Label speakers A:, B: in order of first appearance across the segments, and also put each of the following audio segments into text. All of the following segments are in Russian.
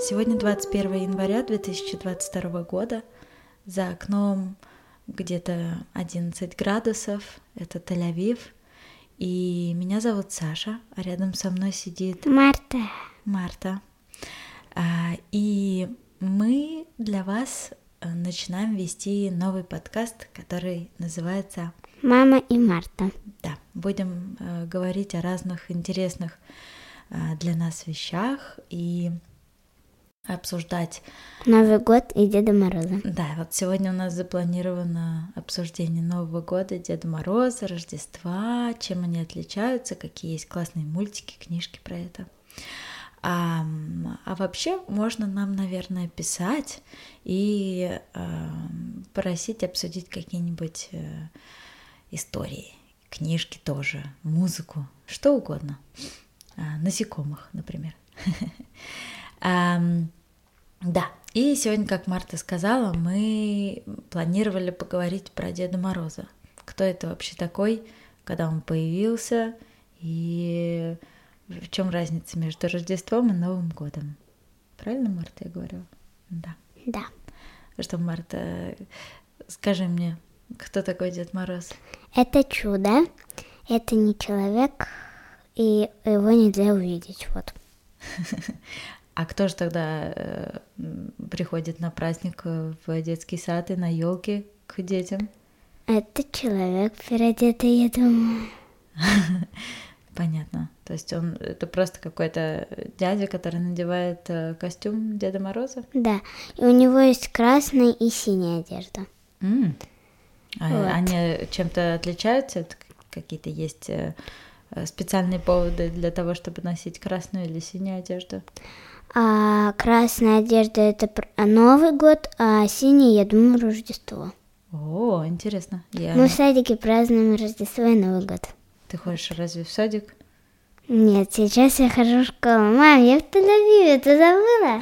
A: Сегодня 21 января 2022 года. За окном где-то 11 градусов. Это Тель-Авив. И меня зовут Саша, а рядом со мной сидит
B: Марта.
A: Марта. А, И мы для вас э, начинаем вести новый подкаст, который называется
B: Мама и Марта.
A: Да, будем э, говорить о разных интересных э, для нас вещах и обсуждать.
B: Новый год и Деда Мороза.
A: Да, вот сегодня у нас запланировано обсуждение Нового года, Деда Мороза, Рождества, чем они отличаются, какие есть классные мультики, книжки про это. А, м, а вообще можно нам, наверное, писать и э, просить обсудить какие-нибудь э, истории, книжки тоже, музыку, что угодно. А, насекомых, например. Ам, Да, и сегодня, как Марта сказала, мы планировали поговорить про Деда Мороза. Кто это вообще такой, когда он появился, и в чем разница между Рождеством и Новым годом. Правильно, Марта, я говорю? Да.
B: Да.
A: Что, Марта, скажи мне, кто такой Дед Мороз?
B: Это чудо. Это не человек, и его нельзя увидеть. Вот.
A: А кто же тогда э, м, приходит на праздник э, в детский сад и на елки к детям?
B: Это человек переодетый, я думаю.
A: Понятно. То есть он это просто какой-то дядя, который надевает э, костюм Деда Мороза?
B: Да. И у него есть красная и синяя одежда.
A: М. А
B: Вот.
A: Они чем-то отличаются? Вот к- Какие-то есть э, э, специальные поводы для того, чтобы носить красную или синюю одежду?
B: А красная одежда это пр- а Новый год, а синяя, я думаю, Рождество.
A: О, интересно. Я...
B: Мы в садике празднуем Рождество и Новый год.
A: Ты ходишь разве в садик?
B: Нет, сейчас я хожу в школу. Мам, я в Тель-Авиве, ты забыла?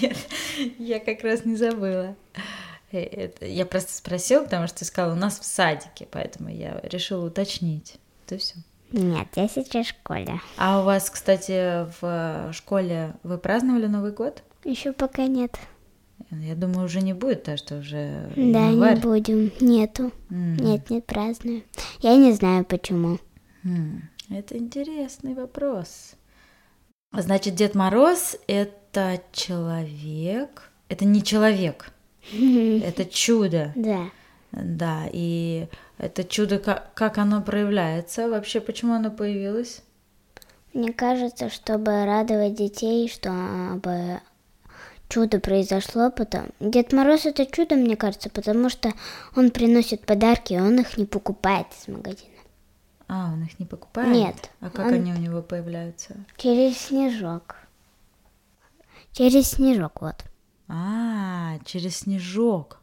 A: Нет, я как раз не забыла. Э, это- Я просто спросила, потому что ты сказала, у нас в садике, поэтому я решила уточнить. Ты все.
B: Нет, я сейчас в школе.
A: А у вас, кстати, в э, школе вы праздновали Новый год?
B: Еще пока нет.
A: Я думаю, уже не будет, потому что уже
B: Да,
A: январь.
B: не будем. Нету.
A: М.
B: Нет, не праздную. Я не знаю почему.
A: М, Это интересный вопрос. Значит, Дед Мороз — это человек... Это не человек, это чудо.
B: Да.
A: Да, и это чудо, как, как оно проявляется, вообще почему оно появилось?
B: Мне кажется, чтобы радовать детей, чтобы чудо произошло потом. Дед Мороз это чудо, мне кажется, потому что он приносит подарки, и он их не покупает из магазина.
A: А, он их не покупает?
B: Нет,
A: А как
B: он-
A: они у него появляются?
B: Через снежок. Через снежок, вот.
A: А, через снежок.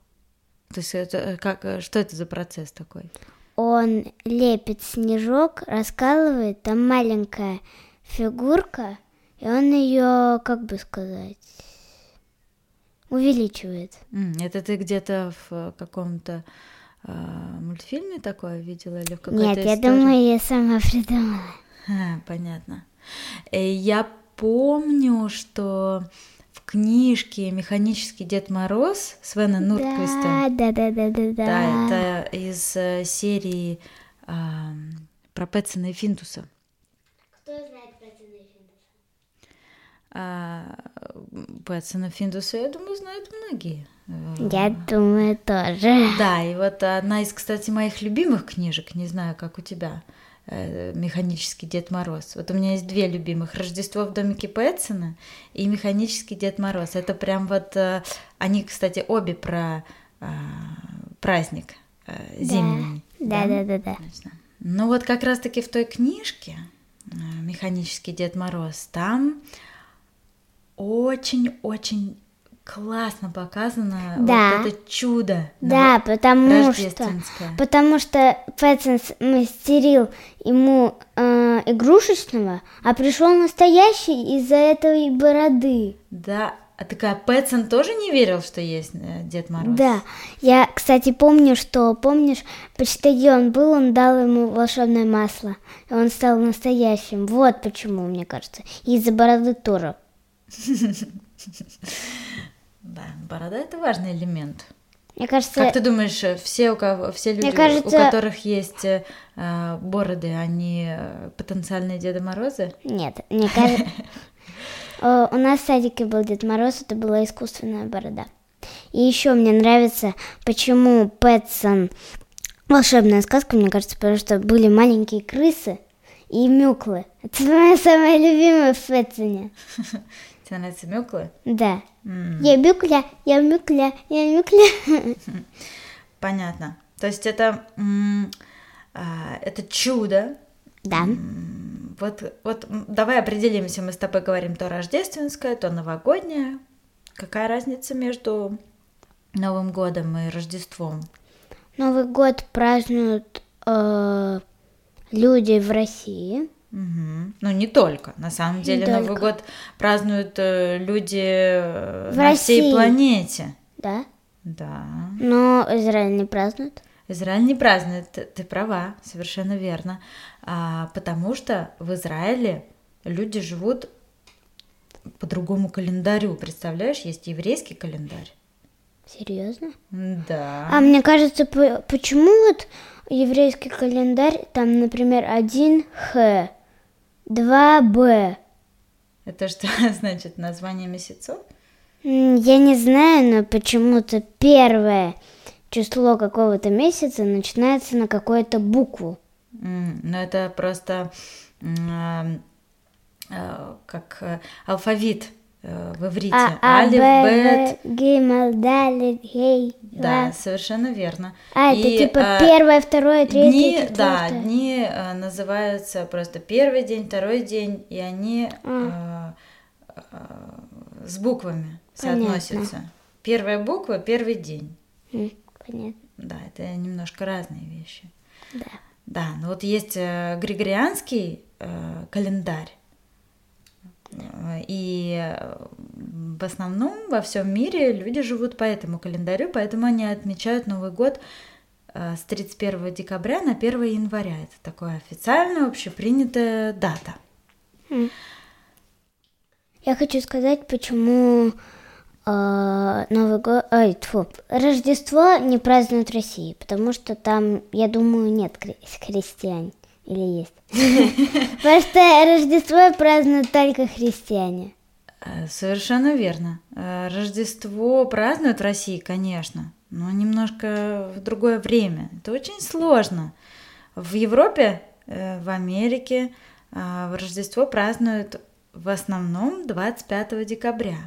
A: То есть это э, как, э, что это за процесс такой?
B: Он лепит снежок, раскалывает, там маленькая фигурка, и он ее, как бы сказать, увеличивает.
A: М, Это ты где-то в э, каком-то э, мультфильме такое видела или в какой-то
B: Нет, я
A: истории?
B: думаю, я сама придумала.
A: А, понятно. Э, Я помню, что в книжке «Механический Дед Мороз» Свена Нурквиста
B: Да, да, да, да, да, да.
A: Ну, Да, это из э, серии ам, про Пэтсона и Финтуса.
B: Кто знает про
A: А, м, Пэтсона и Финтуса, я думаю, знают многие. Э,
B: Я думаю, тоже.
A: Да, и вот одна из, кстати, моих любимых книжек, не знаю, как у тебя, э, «Механический Дед Мороз». Вот у меня есть две любимых, «Рождество в домике Пэтсона» и «Механический Дед Мороз». Это прям вот, э, они, кстати, обе про а, праздник э, зимний.
B: Да, да, да, да.
A: Точно. Ну вот как раз-таки в той книжке э, «Механический Дед Мороз» там очень-очень классно показано
B: Да.
A: вот это чудо
B: Да,
A: Ну,
B: потому что...
A: рождественское.
B: Потому что Пэтсон с- мастерил ему э, игрушечного, а пришел настоящий из-за этой бороды.
A: Да, а такая Пэтсон тоже не верил, что есть э, Дед Мороз?
B: Да, я, кстати, помню, что, помнишь, почти где он был, он дал ему волшебное масло, и он стал настоящим. Вот почему, мне кажется. И из-за бороды тоже.
A: Да, борода это важный элемент.
B: Мне кажется,
A: Как ты думаешь, э, все, у кого, все люди, у
B: Э, кажется-
A: которых есть э, э, бороды, они э, потенциальные Деда Морозы?
B: нет, мне кажется, Э, у нас в садике был Дед Мороз, это была искусственная борода. И еще мне нравится, почему Пэтсон волшебная сказка, мне кажется, потому что были маленькие крысы и мюклы. Это моя самая любимая в Пэтсоне.
A: Тебе нравятся мюклы?
B: Да. Я мюкля, я мюкля, я мюкля.
A: Понятно. То есть это, м, а, это чудо.
B: Да.
A: М, Вот, вот м, давай определимся, мы с тобой говорим то рождественское, то новогоднее. Какая разница между Новым годом и Рождеством?
B: Новый год празднуют э, люди в России.
A: Мгм. Ну, не только. На самом деле Новый
B: только.
A: год празднуют э, люди э,
B: В
A: на всей
B: России.
A: планете.
B: Да.
A: Да.
B: Но Израиль не празднует.
A: Израиль не празднует, ты- ты права, совершенно верно. А, потому что в Израиле люди живут по другому календарю. Представляешь, есть еврейский календарь.
B: Серьезно?
A: Да.
B: А мне кажется, по- почему вот еврейский календарь, там, например, 1 Х, 2 Б.
A: Это что значит название месяцев?
B: М, Я не знаю, но почему-то первое число какого-то месяца начинается на какую-то букву.
A: М, Ну, это просто м, э, как э, алфавит э, в иврите.
B: А,
A: Алиф,
B: Б,
A: бет.
B: В, Гимел, Далит, Гей,
A: Да,
B: Лав.
A: совершенно верно.
B: А, это
A: И,
B: типа
A: э,
B: первое, второе, третье,
A: Дни,
B: четвертое.
A: да, дни э, называются просто первый день, второй день, и они э, э, с буквами
B: Понятно.
A: соотносятся. Первая буква, первый день.
B: М, Понятно.
A: Да, это немножко разные вещи.
B: Да.
A: Да, ну вот есть э, григорианский э, календарь, Э, и э, в основном во всем мире люди живут по этому календарю, поэтому они отмечают Новый год э, с 31 декабря на 1 января. Это такая официальная, общепринятая дата.
B: Я хочу сказать, почему э, Новый год, ой, тьфу, Рождество не празднуют в России, потому что там, я думаю, нет хри- христиан или есть. Просто Рождество празднуют только христиане.
A: Э, Совершенно верно. Э, Рождество празднуют в России, конечно, но немножко в другое время. Это очень сложно. В Европе, э, в Америке э, в Рождество празднуют в основном 25 декабря,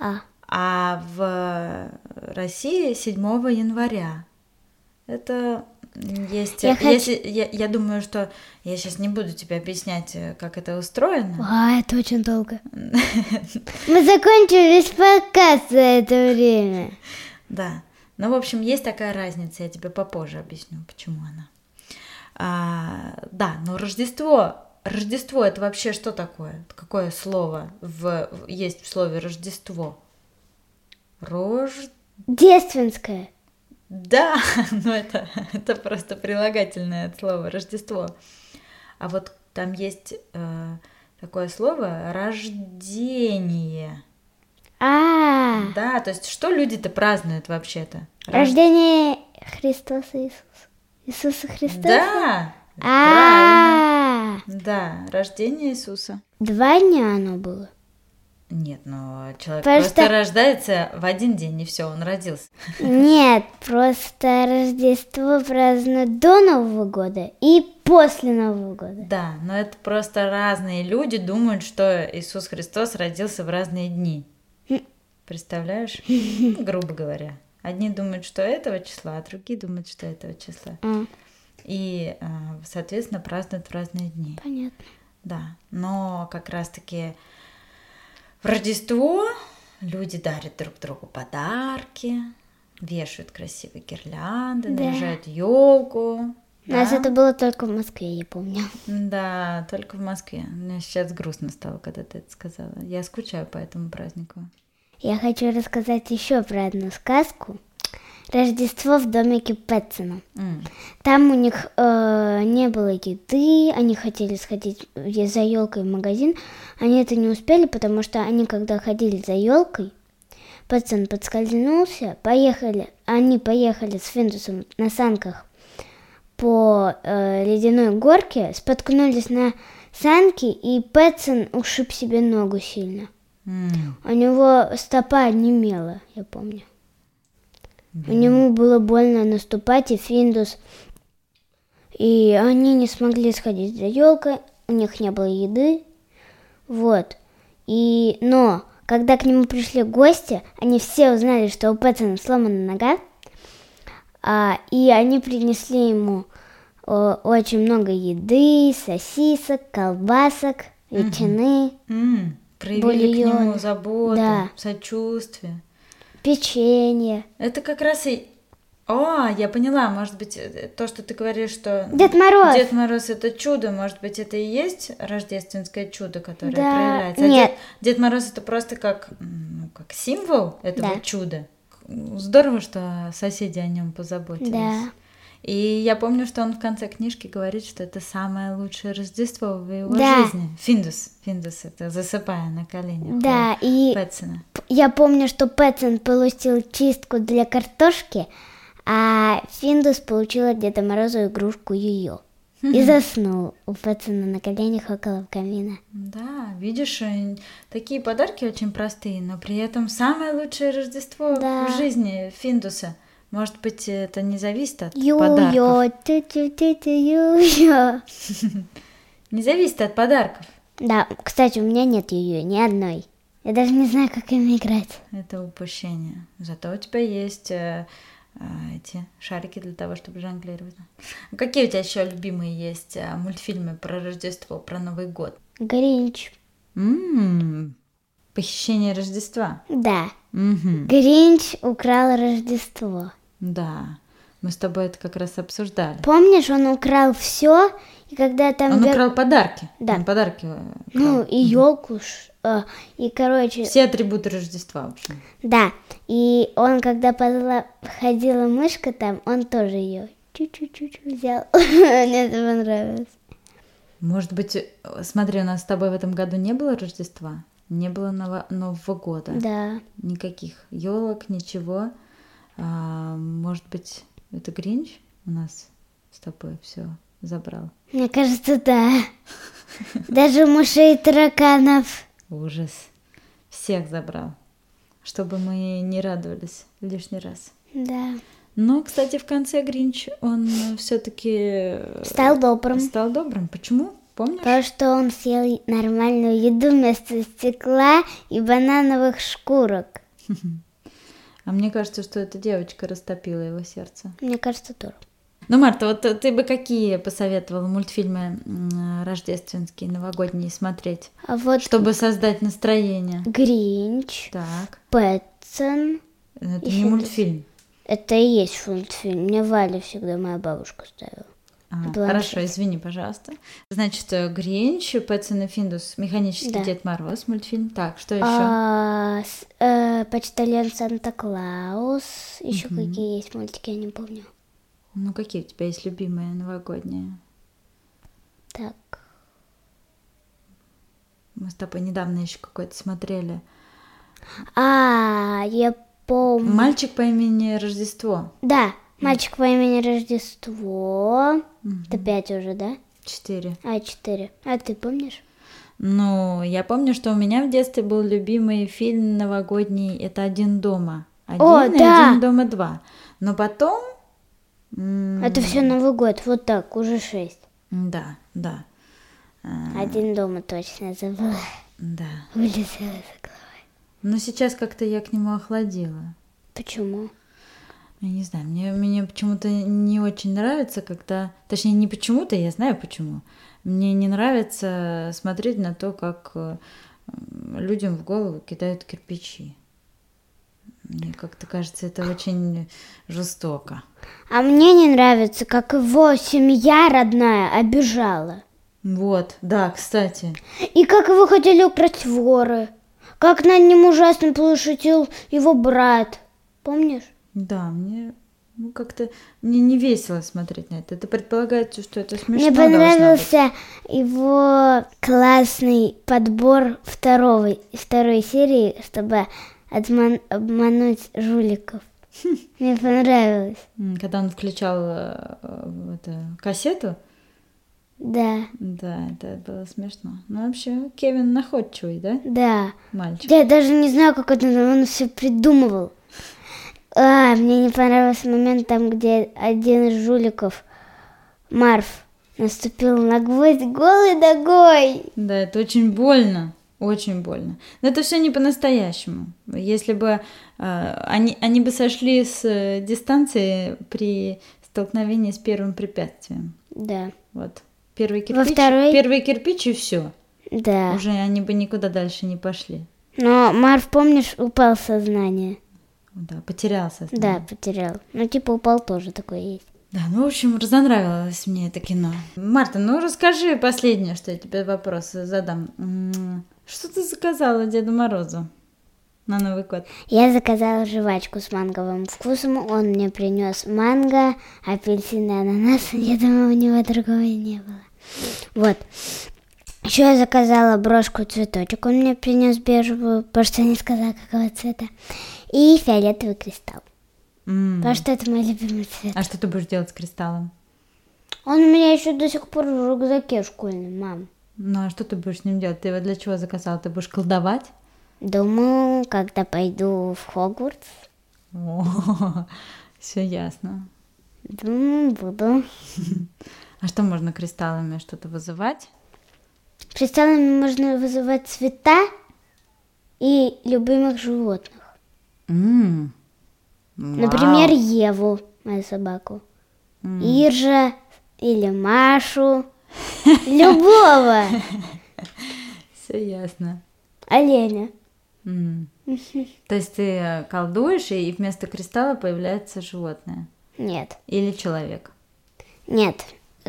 B: А,
A: а в России 7 января. Это есть...
B: Я
A: Я,
B: хочу-
A: если- я, я думаю, что я сейчас не буду тебе объяснять, э, как это устроено.
B: а, это очень долго. Мы закончим весь подкаст за это время.
A: Да. Ну, в общем, есть такая разница, я тебе попозже объясню, почему она. А, да, но Рождество, Рождество это вообще что такое? Какое слово в, в- есть в слове Рождество? Рож...
B: Детственское.
A: Да, ну это, это просто прилагательное от слова Рождество. А вот там есть э, такое слово рождение.
B: А,
A: Да, то есть что люди-то празднуют вообще-то?
B: рождение Христоса Иисуса. Иисуса Христа.
A: Да. правильно.
B: А,
A: Да, рождение Иисуса.
B: два дня оно было.
A: Нет, но человек
B: Потому
A: просто
B: что-
A: рождается в один день, и все, он родился.
B: Нет, просто Рождество празднуют до Нового года и после Нового года.
A: Да, но это просто разные люди думают, что Иисус Христос родился в разные дни. Представляешь? Ну, Грубо говоря. Одни думают, что этого числа, а другие думают, что этого числа.
B: А,
A: И, э, соответственно, празднуют в разные дни.
B: понятно.
A: Да, но как раз-таки в Рождество люди дарят друг другу подарки, вешают красивые гирлянды,
B: Да.
A: наряжают елку.
B: У нас это было только в Москве, я помню.
A: Да, только в Москве. Мне сейчас грустно стало, когда ты это сказала. Я скучаю по этому празднику.
B: Я хочу рассказать еще про одну сказку. Рождество в домике Пэтсона.
A: М,
B: Там у них э, не было еды, они хотели сходить е- за елкой в магазин. Они это не успели, потому что они, когда ходили за елкой, пацан подскользнулся, поехали, они поехали с Финдусом на санках по э, ледяной горке, споткнулись на санки, и Пэтсон ушиб себе ногу сильно.
A: м.
B: У него стопа немела, я помню. У него было больно наступать, и Финдус... И они не смогли сходить за елкой, у них не было еды. Вот. И... Но, когда к нему пришли гости, они все узнали, что у Пэтсона сломана нога. А, и они принесли ему о, очень много еды, сосисок, колбасок, ветчины.
A: М, Проявили к
B: Бульон.
A: нему заботу,
B: Да.
A: сочувствие.
B: Печенье.
A: Это как раз и... О, я поняла, может быть, э, то, что ты говоришь, что...
B: Дед Мороз.
A: Дед Мороз это чудо, может быть, это и есть рождественское чудо, которое
B: Да,
A: проявляется.
B: нет.
A: Дед, Дед Мороз это просто как, м, ну, как символ этого
B: Да.
A: чуда. Здорово, что соседи о нем позаботились.
B: Да.
A: И я помню, что он в конце книжки говорит, что это самое лучшее Рождество в его
B: Да.
A: жизни. Финдус. Финдус это засыпая на коленях.
B: Да, и...
A: у Пэтсона.
B: Я помню, что Пэтсон получил чистку для картошки, а Финдус получил от Деда Мороза игрушку ее. И заснул у Пэтсона на коленях около камина.
A: Да, видишь, э, такие подарки очень простые, но при этом самое лучшее Рождество
B: Да.
A: в жизни Финдуса. Может быть, это не зависит от подарков.
B: Ю-ё, тю-тю-тю-тю, ю-ё.
A: Не зависит от подарков.
B: Да, кстати, у меня нет ее ни одной. Я даже не знаю, как им играть.
A: Это упущение. Зато у тебя есть э, э, эти шарики для того, чтобы жонглировать. А Какие у тебя еще любимые есть э, мультфильмы про Рождество, про Новый год?
B: Гринч.
A: М, Похищение Рождества.
B: Да,
A: Мгм.
B: Гринч украл Рождество.
A: Да. Мы с тобой это как раз обсуждали.
B: Помнишь, он украл все, и когда там...
A: Он
B: бег-
A: украл подарки.
B: Да.
A: Он подарки. э,
B: Ну, и елку, и, короче,
A: Все атрибуты Рождества, в общем.
B: да. И он, когда подла- ходила мышка там, он тоже ее чуть-чуть взял. Мне это понравилось.
A: Может быть, э, смотри, у нас с тобой в этом году не было Рождества, не было ново- Нового года.
B: Да.
A: Никаких елок, ничего. А, может быть, это Гринч у нас с тобой все забрал.
B: Мне кажется, да. Даже мышей и тараканов.
A: Ужас. Всех забрал. Чтобы мы не радовались лишний раз.
B: Да.
A: Но, кстати, в конце Гринч, он все-таки
B: Стал добрым.
A: стал добрым. Почему? Помнишь?
B: Потому что он съел нормальную еду вместо стекла и банановых шкурок.
A: А мне кажется, что эта девочка растопила его сердце.
B: Мне кажется, дура.
A: Ну, Марта, вот ты бы какие посоветовала мультфильмы м, рождественские, новогодние смотреть,
B: А вот
A: чтобы создать настроение?
B: Гринч,
A: Так,
B: Пэтсон,
A: ну, это
B: И
A: не
B: Финдус.
A: мультфильм.
B: Это и есть мультфильм. Мне Валя всегда моя бабушка ставила.
A: А,
B: Планшет.
A: хорошо, извини, пожалуйста. Значит, э, Гринч, Пэтсон и Финдус, Механический
B: Да.
A: Дед Мороз, мультфильм. Так, что еще?
B: А, с- э, Почтальон Санта-Клаус. Еще какие есть мультики, я не помню.
A: Ну, какие у тебя есть любимые новогодние?
B: Так.
A: Мы с тобой недавно еще какой-то смотрели.
B: А, я помню.
A: Мальчик по имени Рождество.
B: Да, мальчик по имени Рождество. Это пять уже, да?
A: Четыре.
B: А, четыре. А ты помнишь?
A: Ну, я помню, что у меня в детстве был любимый фильм новогодний «Это один дома». Один
B: О,
A: и
B: да.
A: один дома два. Но потом... м,
B: Это все А Новый год. Вот так, уже шесть.
A: Да, да,
B: Один дома точно забыла.
A: да.
B: Вылезла из головы.
A: Но сейчас как-то я к нему охладела.
B: Почему?
A: Я не знаю, мне, мне почему-то не очень нравится, когда... Точнее, не почему-то, я знаю почему. Мне не нравится смотреть на то, как э, м, людям в голову кидают кирпичи. Мне как-то кажется, это очень жестоко.
B: А мне не нравится, как его семья родная обижала.
A: Вот, да, кстати.
B: И как его хотели украсть воры. Как над ним ужасно полушутил его брат. Помнишь?
A: Да, мне ну, как-то мне не весело смотреть на это. Это предполагается, что это смешно.
B: Мне
A: должно быть.
B: понравился его классный подбор второго, второй серии, чтобы отман- обмануть жуликов. Мне понравилось.
A: М, Когда он включал э, э, это, кассету,
B: Да,
A: да, это было смешно. Ну, вообще, Кевин находчивый, да,
B: да.
A: мальчик?
B: Я даже не знаю, как это, он все придумывал. А, мне не понравился момент там, где один из жуликов, Марф, наступил на гвоздь голой ногой.
A: Да, это очень больно. Очень больно. Но это все не по-настоящему. Если бы э, они, они бы сошли с э, дистанции при столкновении с первым препятствием.
B: Да,
A: Вот. Первый кирпич.
B: второй?
A: Первый кирпич и все.
B: да.
A: Уже они бы никуда дальше не пошли.
B: Но Марф, помнишь, упал в сознание.
A: Да, потерялся.
B: Да, потерял. Ну, типа упал тоже такой есть.
A: Да, ну, в общем, разонравилось мне это кино. Марта, ну, расскажи последнее, что я тебе вопрос задам. М, Что ты заказала Деду Морозу на Новый год?
B: Я заказала жвачку с манговым вкусом. Он мне принес манго, апельсин и ананас. Я думаю, у него другого и не было. Вот. Еще я заказала брошку цветочек. Он мне принес бежевую, потому что я не сказала, какого цвета. И фиолетовый кристалл.
A: М,
B: Потому что это мой любимый цвет.
A: М-м, А что ты будешь делать с кристаллом?
B: Он у меня еще до сих пор в рюкзаке школьный, мам.
A: Ну, а что ты будешь с ним делать? Ты его для чего заказала? Ты будешь колдовать?
B: Думаю, когда пойду в Хогвартс,
A: все ясно.
B: думаю, буду
A: А что можно кристаллами что-то вызывать?
B: Кристаллами можно вызывать цвета и любимых животных.
A: М,
B: Например,
A: вау.
B: Еву, мою собаку.
A: М.
B: Иржа или Машу. Любого.
A: Все ясно.
B: Оленя.
A: М. То есть ты э, колдуешь, и вместо кристалла появляется животное.
B: Нет.
A: Или человек.
B: Нет.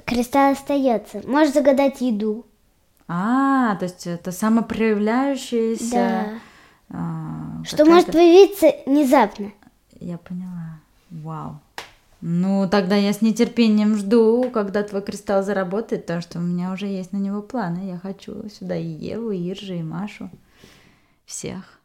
B: Кристалл остается. Можешь загадать еду.
A: А, то есть это самопроявляющееся...
B: Да.
A: а,
B: Что
A: какая-то-
B: может появиться внезапно.
A: Я поняла. Вау. Ну, тогда я с нетерпением жду, когда твой кристалл заработает, потому что у меня уже есть на него планы. Я хочу сюда и Еву, и Иржи, и Машу. Всех.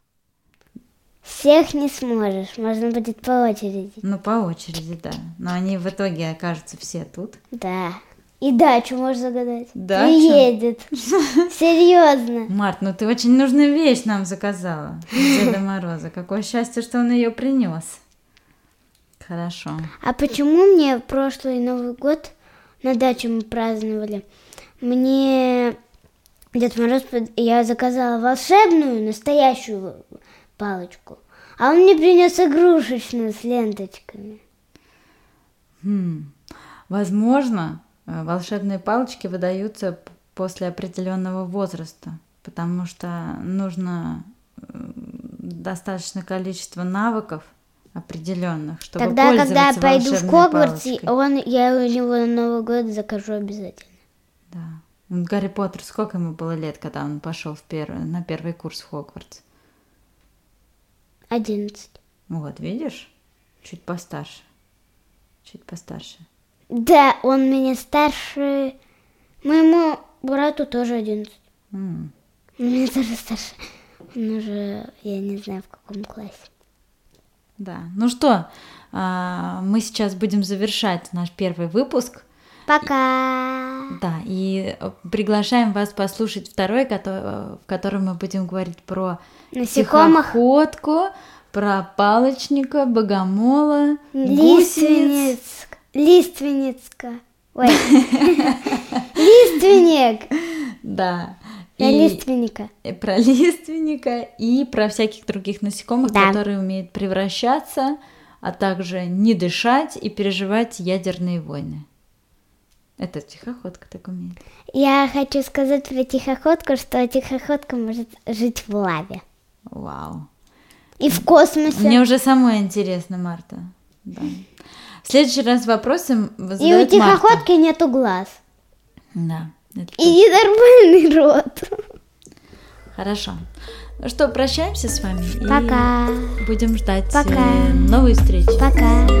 B: Всех не сможешь. Можно будет по очереди.
A: Ну, по очереди, да. Но они в итоге окажутся все тут.
B: Да. И дачу можешь загадать.
A: Дачу?
B: Приедет. Серьезно.
A: Март, ну ты очень нужную вещь нам заказала. Деда Мороза. Какое счастье, что он ее принес. Хорошо.
B: А почему мне прошлый Новый год на даче мы праздновали? Мне Дед Мороз, под- я заказала волшебную, настоящую палочку. А он мне принес игрушечную с ленточками.
A: Хм. Возможно, э, волшебные палочки выдаются п- после определенного возраста, потому что нужно э, достаточное количество навыков определенных, чтобы
B: Тогда, когда я
A: пользоваться
B: пойду в
A: волшебной
B: Хогвартс,
A: палочкой.
B: он, я у него на Новый год закажу обязательно.
A: Да. Вот Гарри Поттер, сколько ему было лет, когда он пошел в первый, на первый курс в Хогвартс?
B: Одиннадцать.
A: Вот, видишь? Чуть постарше. Чуть постарше.
B: Да, он меня старше. Моему брату тоже одиннадцать.
A: М.
B: Мне тоже старше. Он уже, я не знаю, в каком классе.
A: Да. Ну что, а, мы сейчас будем завершать наш первый выпуск.
B: Пока.
A: Да, и э, приглашаем вас послушать второй, кото- э, в котором мы будем говорить про
B: Насекомых.
A: тихоходку, про палочника, богомола, гусениц.
B: Лиственниц. Лиственницка. Ой. Лиственник.
A: Да.
B: Я
A: И-
B: лиственника.
A: э, про лиственника и про всяких других насекомых,
B: Да.
A: которые умеют превращаться, а также не дышать и переживать ядерные войны. Это тихоходка так умеет.
B: Я хочу сказать про тихоходку, что тихоходка может жить в лаве.
A: Вау.
B: И в космосе.
A: Мне уже самое интересно, Марта. Да. В следующий раз вопросы м,
B: И у
A: задает Марта.
B: тихоходки нету глаз.
A: Да. это
B: И ненормальный рот.
A: Хорошо. Ну что, прощаемся с вами. и
B: Пока.
A: Будем ждать
B: Пока.
A: э, новой встречи.
B: Пока.